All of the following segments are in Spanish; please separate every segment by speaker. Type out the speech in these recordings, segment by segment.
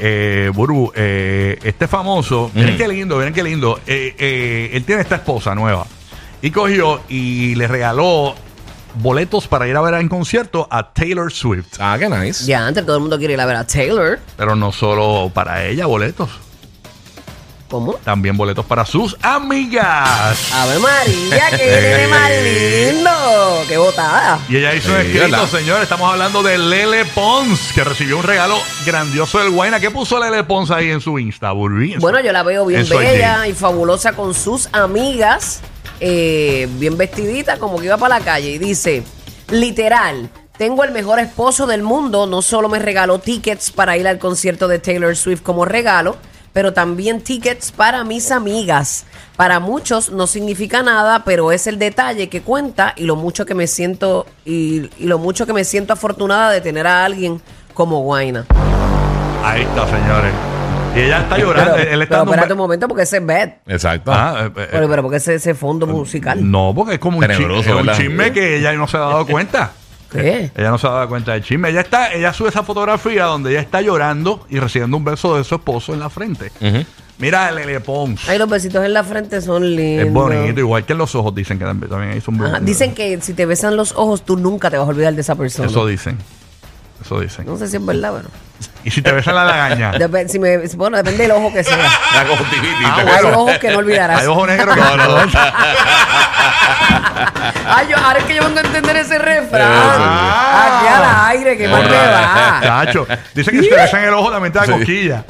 Speaker 1: Eh, Buru, eh, este famoso,
Speaker 2: Mm.
Speaker 1: miren qué lindo, miren qué lindo. Eh, eh, él tiene esta esposa nueva y cogió y le regaló boletos para ir a ver en concierto a Taylor Swift.
Speaker 2: Ah, qué nice.
Speaker 3: Ya, antes todo el mundo quiere ir a ver a Taylor.
Speaker 1: Pero no solo para ella boletos,
Speaker 3: ¿Cómo?
Speaker 1: también boletos para sus amigas.
Speaker 3: A ver, María, que tiene más lindo. Qué botada.
Speaker 1: Y ella hizo un
Speaker 2: Sí,
Speaker 1: escrito,
Speaker 2: ¿verdad?
Speaker 1: señores. Estamos hablando de Lele Pons, que recibió un regalo grandioso del Guayna. ¿Qué puso Lele Pons ahí en su Insta, Buru? En su-
Speaker 3: Bueno, yo la veo bien
Speaker 1: en su
Speaker 3: bella
Speaker 1: IG.
Speaker 3: y fabulosa con sus amigas, eh, bien vestidita, como que iba para la calle. Y dice, literal, tengo el mejor esposo del mundo, no solo me regaló tickets para ir al concierto de Taylor Swift como regalo, pero también tickets para mis amigas. Para muchos no significa nada, pero es el detalle que cuenta y lo mucho que me siento y, y lo mucho que me siento afortunada de tener a alguien como Guaina.
Speaker 1: Ahí está, señores. Y ella está llorando.
Speaker 3: Eh,
Speaker 1: eh,
Speaker 3: Pero,
Speaker 1: él él está
Speaker 3: pero
Speaker 1: dando un
Speaker 3: espérate
Speaker 1: be-
Speaker 3: un momento porque ese es Beth.
Speaker 2: Exacto.
Speaker 1: Ah, eh, eh,
Speaker 3: Pero, pero porque ese, ese fondo musical.
Speaker 1: No, porque es como un chisme,
Speaker 2: Tenebroso,
Speaker 1: es un
Speaker 2: ¿verdad?
Speaker 1: chisme que ella no se ha dado cuenta.
Speaker 3: ¿Qué?
Speaker 1: Ella no se ha dado cuenta del chisme. Ella está, ella sube esa fotografía donde ella está llorando y recibiendo un beso de su esposo en la frente.
Speaker 2: Ujú.
Speaker 1: Mira, Lele Pons.
Speaker 3: Ay, los besitos en la frente son lindos.
Speaker 1: Es bonito, igual que en los ojos dicen que también, también hizo un
Speaker 3: Ajá, Dicen que si te besan los ojos, tú nunca te vas a olvidar de esa persona.
Speaker 1: Eso dicen. Eso dicen.
Speaker 3: no sé si es verdad, pero.
Speaker 1: Y si te besan la lagaña.
Speaker 3: Depe- si me, si- bueno, depende del ojo que sea.
Speaker 2: La conjuntivitis.
Speaker 1: Ah,
Speaker 2: ¿te
Speaker 1: bueno.
Speaker 3: Hay
Speaker 2: acuerdas?
Speaker 3: ojos que no olvidarás.
Speaker 1: Hay ojos negros que
Speaker 3: Ay, yo, ahora es que yo vengo a entender ese refrán.
Speaker 2: Eso, sí.
Speaker 3: Aquí al aire, que mal te va.
Speaker 1: Ah, Chacho, dicen que si te besan el ojo también te da cosquilla.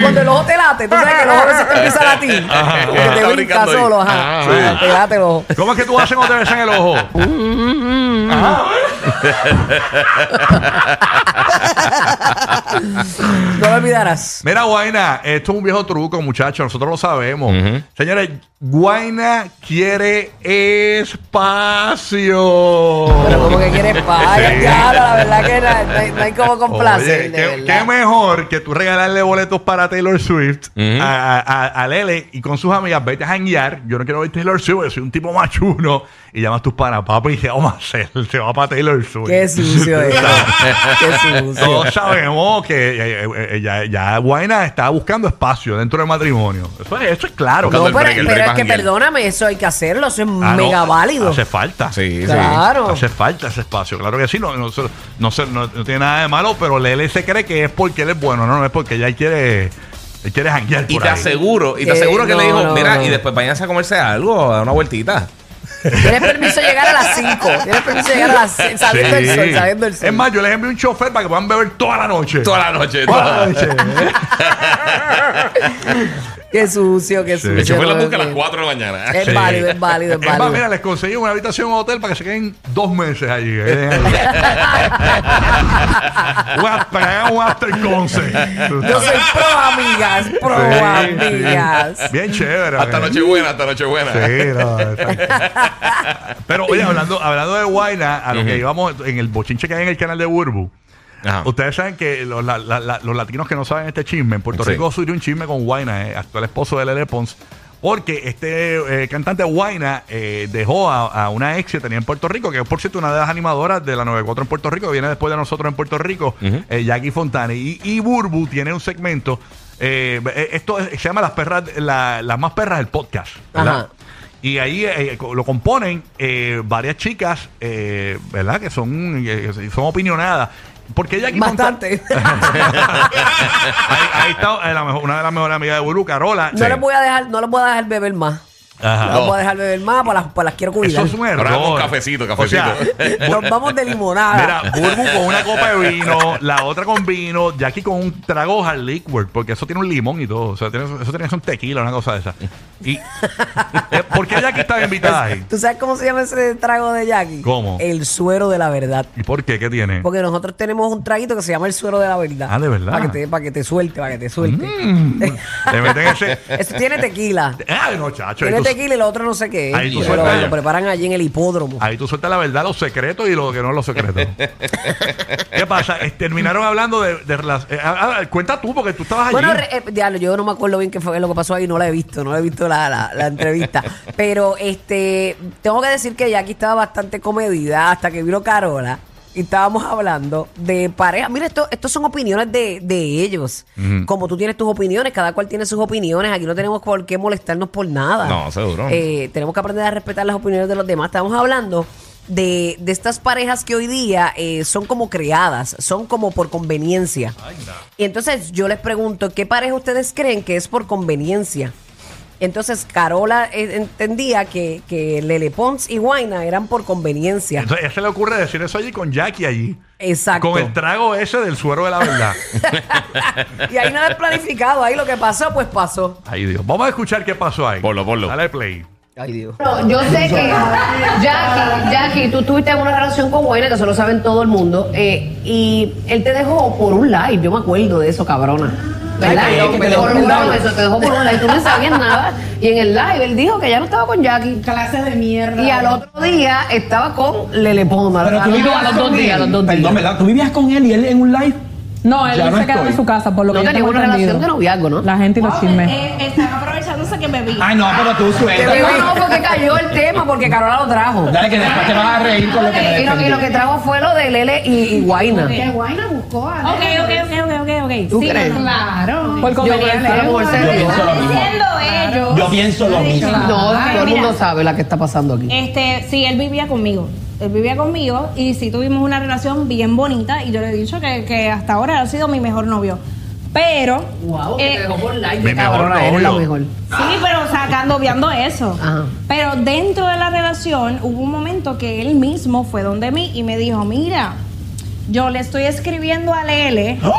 Speaker 3: Cuando el ojo te late, tú sabes que el ojo a veces te empieza a latir.
Speaker 2: Ajá.
Speaker 3: Porque te
Speaker 2: Está
Speaker 3: brinca
Speaker 2: brincando ahí.
Speaker 3: solo,
Speaker 1: Ah,
Speaker 3: ajá.
Speaker 2: Ajá.
Speaker 3: Te late el ojo.
Speaker 1: ¿Cómo es que tú haces cuando te besan el ojo?
Speaker 3: No lo olvidarás.
Speaker 1: Mira, Guaina, esto es un viejo truco, muchachos, nosotros lo sabemos.
Speaker 2: Ujú.
Speaker 1: Señores, Guaina quiere espacio.
Speaker 3: Pero como que quieres pagar,
Speaker 1: Sí.
Speaker 3: ya, la verdad que no, no hay, no hay como complacer,
Speaker 1: Oye,
Speaker 3: de
Speaker 1: ¿qué,
Speaker 3: verdad.
Speaker 1: qué mejor que tú regalarle boletos para Taylor Swift
Speaker 2: Ujú.
Speaker 1: a, a- a Lele y con sus amigas, vete a janguear. Yo no quiero ver Taylor Swift, yo soy un tipo machuno. Y llamas tus para papi y te vamos a hacer, se va para Taylor Swift.
Speaker 3: Qué sucio es. Qué sucio.
Speaker 1: Todos sabemos que eh, eh, eh, ya, ya Guaina está buscando espacio dentro del matrimonio. Eso es, eso es claro.
Speaker 3: No,
Speaker 2: Buscando el
Speaker 3: pero,
Speaker 2: break, el
Speaker 3: pero
Speaker 2: break
Speaker 3: es que
Speaker 2: para janguear.
Speaker 3: perdóname, eso hay que hacerlo, eso es
Speaker 1: Ah, no,
Speaker 3: mega válido.
Speaker 1: Hace falta.
Speaker 2: Sí,
Speaker 3: Claro.
Speaker 1: Hace falta ese espacio, claro que sí, no, no, se- no, se- no- no tiene nada de malo, pero Lele se cree que es porque él es bueno, no, no es porque ella quiere, él quiere janguear
Speaker 2: sí. Y
Speaker 1: por
Speaker 2: te
Speaker 1: ahí.
Speaker 2: aseguro, y
Speaker 3: Eh,
Speaker 2: te aseguro que
Speaker 3: no,
Speaker 2: le dijo,
Speaker 3: no,
Speaker 2: mira,
Speaker 3: no.
Speaker 2: y después váyanse a comerse algo, a dar una vueltita.
Speaker 3: Tienes permiso de llegar a las 5. Tienes permiso de llegar a las 6. Sabiendo
Speaker 1: Sí.
Speaker 3: el sol, sabiendo el sol.
Speaker 1: Es más, yo les envío un chofer para que puedan beber toda la noche.
Speaker 2: Toda la noche.
Speaker 1: Toda
Speaker 2: toda-
Speaker 1: la noche.
Speaker 3: Qué sucio, qué sucio.
Speaker 2: El chofer la
Speaker 3: no,
Speaker 2: busca a
Speaker 3: no,
Speaker 2: las
Speaker 3: no.
Speaker 2: 4 de la mañana.
Speaker 3: Es
Speaker 1: Sí.
Speaker 3: válido, es válido, es
Speaker 1: Es más, mira,
Speaker 3: válido.
Speaker 1: les conseguí una habitación en un hotel para que se queden dos meses allí. que queden ahí. Un after- para que hagan un after concert.
Speaker 3: Yo soy pro amigas, pro
Speaker 1: Sí, sí.
Speaker 3: amigas.
Speaker 1: Bien chévere.
Speaker 2: Hasta
Speaker 1: Eh.
Speaker 2: Nochebuena, hasta Nochebuena.
Speaker 1: Sí, no, está- Pero oye, hablando, hablando de Guayna, a lo que íbamos en el bochinche que hay en el canal de Burbu,
Speaker 2: Ajá.
Speaker 1: ustedes saben que los, la- la- la- los latinos que no saben este chisme, en Puerto
Speaker 2: Sí.
Speaker 1: Rico surgió un chisme con Guayna, eh, actual esposo de Lele Pons, porque este eh, cantante Guayna eh, dejó a, a una ex que tenía en Puerto Rico, que es por cierto una de las animadoras de la 94 en Puerto Rico, que viene después de nosotros en Puerto Rico, eh, Jackie Fontane. Y, y Burbu tiene un segmento, eh, esto es- se llama Las perras, la- las más perras del podcast. ¿verdad?
Speaker 3: Ajá.
Speaker 1: Y ahí eh, co- lo componen eh, varias chicas, eh, ¿verdad? Que son, eh, son opinionadas. Porque ella aquí
Speaker 3: Bastante.
Speaker 1: Ah, ahí, ahí está eh, la mejor- una de las mejores amigas de Buru, Carola.
Speaker 3: No los voy a dejar, no los voy a dejar beber más.
Speaker 1: Ajá.
Speaker 3: No los voy a dejar beber más, pues las, pues las quiero
Speaker 1: Ah, Eso
Speaker 3: cuidar.
Speaker 1: es un error.
Speaker 2: Ahora con cafecito, cafecito.
Speaker 3: Nos vamos de
Speaker 1: Mira,
Speaker 3: limonada.
Speaker 1: Burbu con una copa de vino, la otra con vino, Jackie con un trago hard liquor, porque eso tiene un limón y todo. O sea, tiene, eso tiene un tequila, una cosa de esa. Y, eh, ¿Por qué Jackie estaba invitada ahí?
Speaker 3: ¿Tú sabes cómo se llama ese trago de Jackie?
Speaker 1: ¿Cómo?
Speaker 3: El suero de la verdad.
Speaker 1: ¿Y por qué? ¿Qué tiene?
Speaker 3: Porque nosotros tenemos un traguito que se llama el suero de la verdad.
Speaker 1: Ah, ¿de verdad? Mm.
Speaker 3: Para que te, para que te suelte, para que te suelte.
Speaker 1: Le meten ese...
Speaker 3: Eso tiene tequila.
Speaker 1: Ay, no, chacho. ahí
Speaker 3: tiene
Speaker 1: tú-
Speaker 3: tequila y lo otro no sé qué es.
Speaker 1: Ahí tú
Speaker 3: Pero
Speaker 1: sueltas
Speaker 3: lo,
Speaker 1: ya.
Speaker 3: preparan allí en el hipódromo.
Speaker 1: Ahí tú sueltas la verdad, los secretos y lo que no es los secretos. ¿Qué pasa? Eh, terminaron hablando de, de rela- eh, ah, ah, cuenta tú, porque tú estabas allí.
Speaker 3: Bueno, re- eh, diablo, yo no me acuerdo bien qué fue lo que pasó ahí, no la he visto, no la he visto la, la- la entrevista. Pero este, tengo que decir que Jackie estaba bastante comedida hasta que vino Carola. y estábamos hablando de pareja. Mira, esto, estos son opiniones de, de ellos. Como tú tienes tus opiniones, cada cual tiene sus opiniones. Aquí no tenemos por qué molestarnos por nada.
Speaker 2: No, seguro.
Speaker 3: Eh, tenemos que aprender a respetar las opiniones de los demás. Estamos hablando de, de estas parejas que hoy día eh, son como creadas, son como por conveniencia. Y entonces yo les pregunto, ¿qué pareja ustedes creen que es por conveniencia? Entonces Carola eh, entendía que, que Lele Pons y Guaina eran por conveniencia.
Speaker 1: Entonces, ella se le ocurre decir eso allí con Jackie allí.
Speaker 3: Exacto.
Speaker 1: Con el trago ese del suero de la verdad.
Speaker 3: Y ahí nada es planificado, ahí lo que pasó, pues pasó.
Speaker 1: Ay, Dios. Vamos a escuchar qué pasó ahí.
Speaker 2: Ponlo, ponlo.
Speaker 1: Dale play.
Speaker 3: Ay Dios.
Speaker 4: Bueno, yo sé que Jackie, Jackie, tú tuviste una relación con Wayne, que eso lo saben todo el mundo, eh, y él te dejó por un live, yo me acuerdo de eso, cabrona. ¿Verdad?
Speaker 3: Ay, perdón,
Speaker 4: Por
Speaker 3: perdón,
Speaker 4: un
Speaker 3: perdón.
Speaker 4: live, eso, te dejó por un live, tú no sabías nada, y en el live él dijo que ya no estaba con Jackie.
Speaker 5: Clases de mierda.
Speaker 4: Y al otro día estaba con Lele Poma.
Speaker 6: Pero
Speaker 4: A
Speaker 6: tú
Speaker 4: los-
Speaker 6: vivías
Speaker 4: a los
Speaker 6: con
Speaker 4: dos
Speaker 6: él.
Speaker 4: días, a los dos
Speaker 6: Perdón,
Speaker 4: días.
Speaker 6: ¿verdad? Tú vivías con él y él en un live.
Speaker 7: No, él
Speaker 6: Ya no
Speaker 7: se quedó
Speaker 6: estoy.
Speaker 7: en su casa, por lo
Speaker 4: No
Speaker 7: que yo
Speaker 4: tenía
Speaker 7: tengo
Speaker 4: una
Speaker 7: entendido.
Speaker 4: relación de noviazgo, ¿no?
Speaker 7: La gente y los
Speaker 5: Wow,
Speaker 7: chismes.
Speaker 5: eh, están aprovechándose que me vi.
Speaker 6: Ay, no, pero tú
Speaker 3: Te digo, no,
Speaker 6: suelta.
Speaker 3: porque cayó el tema, porque Carola lo trajo.
Speaker 6: Dale que después te vas a reír con lo que me
Speaker 4: Y lo, y lo que
Speaker 6: defendí.
Speaker 4: trajo fue lo de Lele y, y Guayna.
Speaker 5: Que
Speaker 4: Guayna buscó a
Speaker 5: Ok, ok, ok, ok, ok, ok.
Speaker 4: ¿Tú
Speaker 5: sí,
Speaker 4: crees?
Speaker 5: Claro.
Speaker 7: Por
Speaker 4: Yo
Speaker 7: conveniencia.
Speaker 4: a
Speaker 3: ¿eh?
Speaker 4: lo mejor se-
Speaker 6: Yo pienso lo mismo.
Speaker 5: Diciendo ellos.
Speaker 6: Yo pienso lo mismo.
Speaker 4: No, todo
Speaker 5: Claro,
Speaker 4: el mundo
Speaker 5: mira.
Speaker 4: sabe la que está pasando aquí.
Speaker 5: Este, sí, él vivía conmigo. Él vivía conmigo y sí tuvimos una relación bien bonita y yo le he dicho que, que hasta ahora ha sido mi mejor novio. Pero,
Speaker 4: Wow,
Speaker 5: eh,
Speaker 1: Mi mejor
Speaker 4: cabrona, eres la
Speaker 1: novio.
Speaker 4: mejor.
Speaker 5: sí, pero sacando, obviando eso.
Speaker 4: Ajá.
Speaker 5: Pero dentro de la relación hubo un momento que él mismo fue donde mí y me dijo, mira, yo le estoy escribiendo a Lele.
Speaker 6: ¡Ah!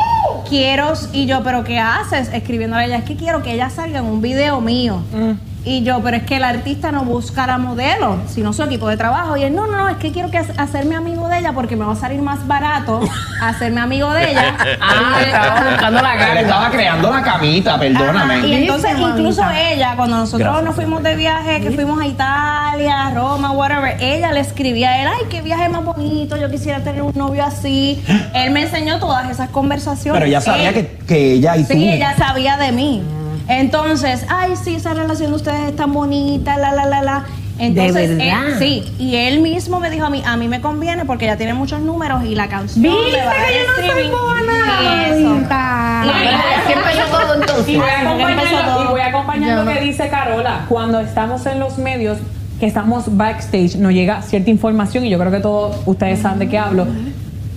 Speaker 5: Quiero, y yo, pero ¿qué haces escribiéndole a ella? Es que quiero que ella salga en un video mío.
Speaker 6: Mm.
Speaker 5: Y yo, pero es que el artista no busca la modelo, sino su equipo de trabajo. Y él, no, no, no, es que quiero que ha- hacerme amigo de ella porque me va a salir más barato hacerme amigo de ella.
Speaker 4: Ah, estaba buscando la
Speaker 6: Le
Speaker 4: ganga.
Speaker 6: estaba creando la camita,
Speaker 5: Ajá, Ah, Y
Speaker 6: perdóname.
Speaker 5: entonces
Speaker 4: Dice,
Speaker 5: incluso ella, cuando nosotros
Speaker 6: Gracias,
Speaker 5: nos fuimos de viaje, que fuimos a Italia, Roma, whatever, ella le escribía a él, ay, qué viaje más bonito, yo quisiera tener un novio así. Él me enseñó todas esas conversaciones.
Speaker 6: Pero ya sabía
Speaker 5: Él-
Speaker 6: que, que ella y tú.
Speaker 5: Sí, ella sabía de mí. Entonces, ay, sí, esa relación de ustedes es tan bonita, la, la, la, la. Entonces, él-
Speaker 4: verdad?
Speaker 5: sí, y él mismo me dijo a mí, a mí me conviene porque ya tiene muchos números y la canción
Speaker 4: ¿Viste
Speaker 5: le va a dar
Speaker 4: que yo no soy
Speaker 5: streaming.
Speaker 4: mona,
Speaker 5: Eso.
Speaker 4: ¿Qué empezó todo entonces?
Speaker 7: Y voy, a
Speaker 5: Empezó
Speaker 7: acompañar,
Speaker 5: todo.
Speaker 7: y voy a acompañar
Speaker 4: Ya
Speaker 7: lo
Speaker 4: va.
Speaker 7: que dice Carola. Cuando estamos en los medios, que estamos backstage, nos llega cierta información, y yo creo que todos ustedes saben de qué hablo.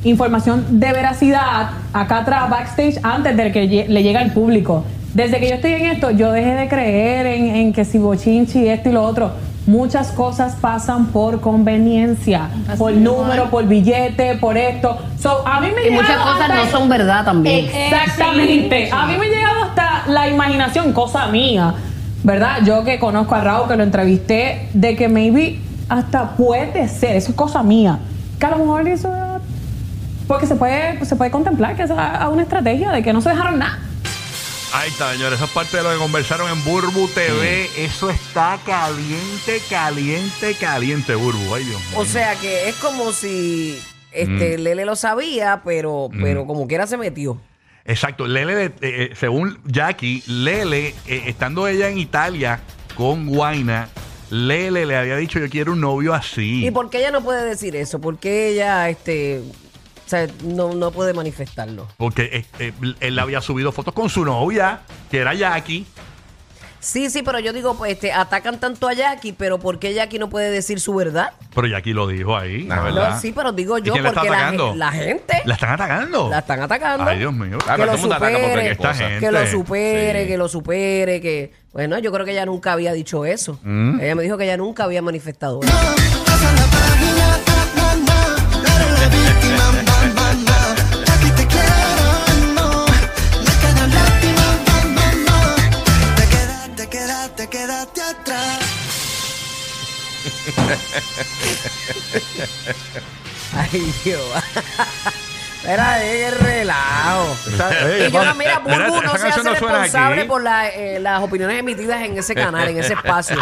Speaker 7: Información de veracidad acá atrás, backstage, antes de que lle- le llegue al público. Desde que yo estoy en esto, yo dejé de creer en, en que si bochinchi, esto y lo otro. Muchas cosas pasan por conveniencia, por número, por billete, por esto. So, a mí me
Speaker 4: Y muchas
Speaker 7: llegaron
Speaker 4: cosas
Speaker 7: hasta
Speaker 4: no
Speaker 7: el-
Speaker 4: son verdad también.
Speaker 7: Exactamente. A mí me ha llegado hasta la imaginación, cosa mía, ¿verdad? Yo que conozco a Raúl, que lo entrevisté, de que maybe hasta puede ser, eso es cosa mía. Que a lo mejor eso. Porque se puede, se puede contemplar que es a, a una estrategia de que no se dejaron nada.
Speaker 1: Ahí está, señores. Eso es parte de lo que conversaron en Burbu TV. Eso está caliente, caliente, caliente, Burbu. Ay, Dios mío.
Speaker 3: O sea que es como si este Lele lo sabía, pero, pero como quiera se metió.
Speaker 1: Exacto. Lele, eh, eh, según Jackie, Lele, eh, estando ella en Italia con Guaina, Lele le había dicho: Yo quiero un novio así.
Speaker 3: ¿Y por qué ella no puede decir eso? ¿Por qué ella este, o sea, no, no puede manifestarlo?
Speaker 1: Porque eh, eh, él había subido fotos con su novia, que era Jackie.
Speaker 3: Sí, sí, pero yo digo, pues, este, atacan tanto a Jackie, pero ¿por qué Jackie no puede decir su verdad?
Speaker 1: Pero Jackie lo dijo ahí, la
Speaker 2: No,
Speaker 1: verdad.
Speaker 3: No, sí, pero digo
Speaker 1: Ah. ¿Y
Speaker 3: yo,
Speaker 1: quién la está
Speaker 3: porque la,
Speaker 1: atacando?
Speaker 3: gen- la gente
Speaker 1: ¿La están atacando?
Speaker 3: la están atacando.
Speaker 1: Ay, Dios mío.
Speaker 2: Ah,
Speaker 3: que
Speaker 2: pero
Speaker 3: lo
Speaker 2: todo el mundo ataca por
Speaker 3: supere,
Speaker 2: cualquier
Speaker 1: esta
Speaker 2: cosa.
Speaker 1: gente.
Speaker 3: que lo supere,
Speaker 2: Sí.
Speaker 3: que lo supere, que... Bueno, yo creo que ella nunca había dicho eso.
Speaker 1: Mm.
Speaker 3: Ella me dijo que ella nunca había manifestado eso.
Speaker 8: Te quedaste, quedaste atrás.
Speaker 3: Ay, Dios. Era de relajo.
Speaker 1: O sea, eh,
Speaker 3: Y yo no, mira,
Speaker 1: espérate,
Speaker 3: Burbu no
Speaker 1: esa
Speaker 3: se hace
Speaker 1: canción no suena
Speaker 3: responsable
Speaker 1: aquí.
Speaker 3: por la, eh, las opiniones emitidas en ese canal, en ese espacio.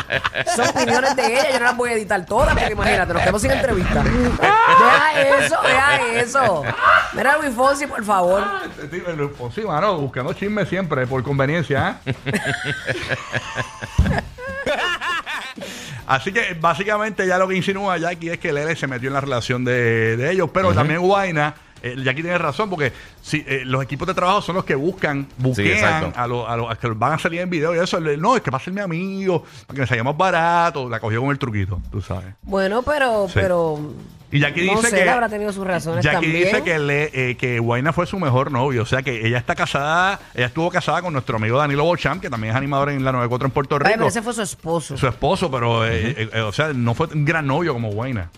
Speaker 3: Son opiniones de ella, yo no las voy a editar todas, porque imagínate, nos quedamos sin entrevista. Deja eso, deja eso. Mira, Luis Fonsi, por favor.
Speaker 1: Sí, el Fonsi, mano, buscando chisme siempre, por conveniencia. ¿eh? Así que básicamente ya lo que insinúa Jackie es que Lele se metió en la relación de, de ellos, pero también Guayna, eh, Jackie tiene razón, porque si, eh, los equipos de trabajo son los que buscan, buquean
Speaker 2: exacto.
Speaker 1: a, los, a los a que van a salir en video y eso, le- no, es que va a ser mi amigo, para que me salga más barato, la cogió con el truquito, tú sabes.
Speaker 3: Bueno, pero,
Speaker 1: Sí.
Speaker 3: pero.
Speaker 1: Y Jackie
Speaker 3: no
Speaker 1: dice
Speaker 3: sé,
Speaker 1: que.
Speaker 3: habrá tenido sus razones
Speaker 1: Jackie
Speaker 3: también.
Speaker 1: dice que, le, eh, que Guayna fue su mejor novio. O sea que ella está casada, ella estuvo casada con nuestro amigo Danilo Bochamp, que también es animador en la 94 en Puerto Rico.
Speaker 3: Ay, pero ese fue su esposo.
Speaker 1: Su esposo, pero eh, eh, eh, o sea, no fue un gran novio como Guayna.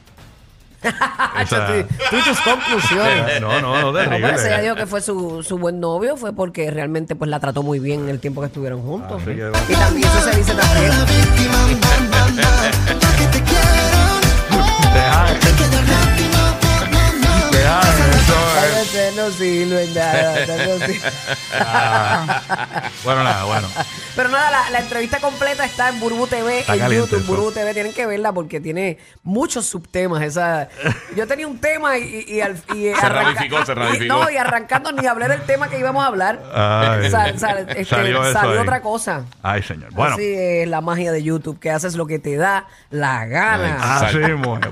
Speaker 1: O sea,
Speaker 3: Tú, tú y tus conclusiones.
Speaker 1: no, no, no,
Speaker 3: No, pero si ella
Speaker 1: terrible.
Speaker 3: dijo que fue su, su buen novio, fue porque realmente pues la trató muy bien en el tiempo que estuvieron juntos.
Speaker 1: Así que-
Speaker 3: Y también eso se dice también.
Speaker 8: Víctima, bam, bam, bam, pa' que te quieran.
Speaker 1: Deja- deja eso, eh.
Speaker 3: Tal vez no sirve en nada, tal vez no sirve.
Speaker 1: Ah. Bueno, nada, bueno.
Speaker 3: Pero nada, la, la entrevista completa está en Burbu TV,
Speaker 1: Está
Speaker 3: en
Speaker 1: caliente
Speaker 3: YouTube,
Speaker 1: eso.
Speaker 3: Burbu TV. Tienen que verla porque tiene muchos subtemas. Esa, yo tenía un tema y, y, y al- y
Speaker 2: Se ramificó, se
Speaker 3: y-
Speaker 2: ramificó.
Speaker 3: no, y arrancando ni hablé del tema que íbamos a hablar.
Speaker 1: Ay.
Speaker 3: Sal- sal- este,
Speaker 1: Salió eso
Speaker 3: salió
Speaker 1: ahí.
Speaker 3: otra cosa.
Speaker 1: Ay, señor. Bueno.
Speaker 3: Así es la magia de YouTube, que haces lo que te da la gana.
Speaker 2: Ah,
Speaker 1: Así, mujer.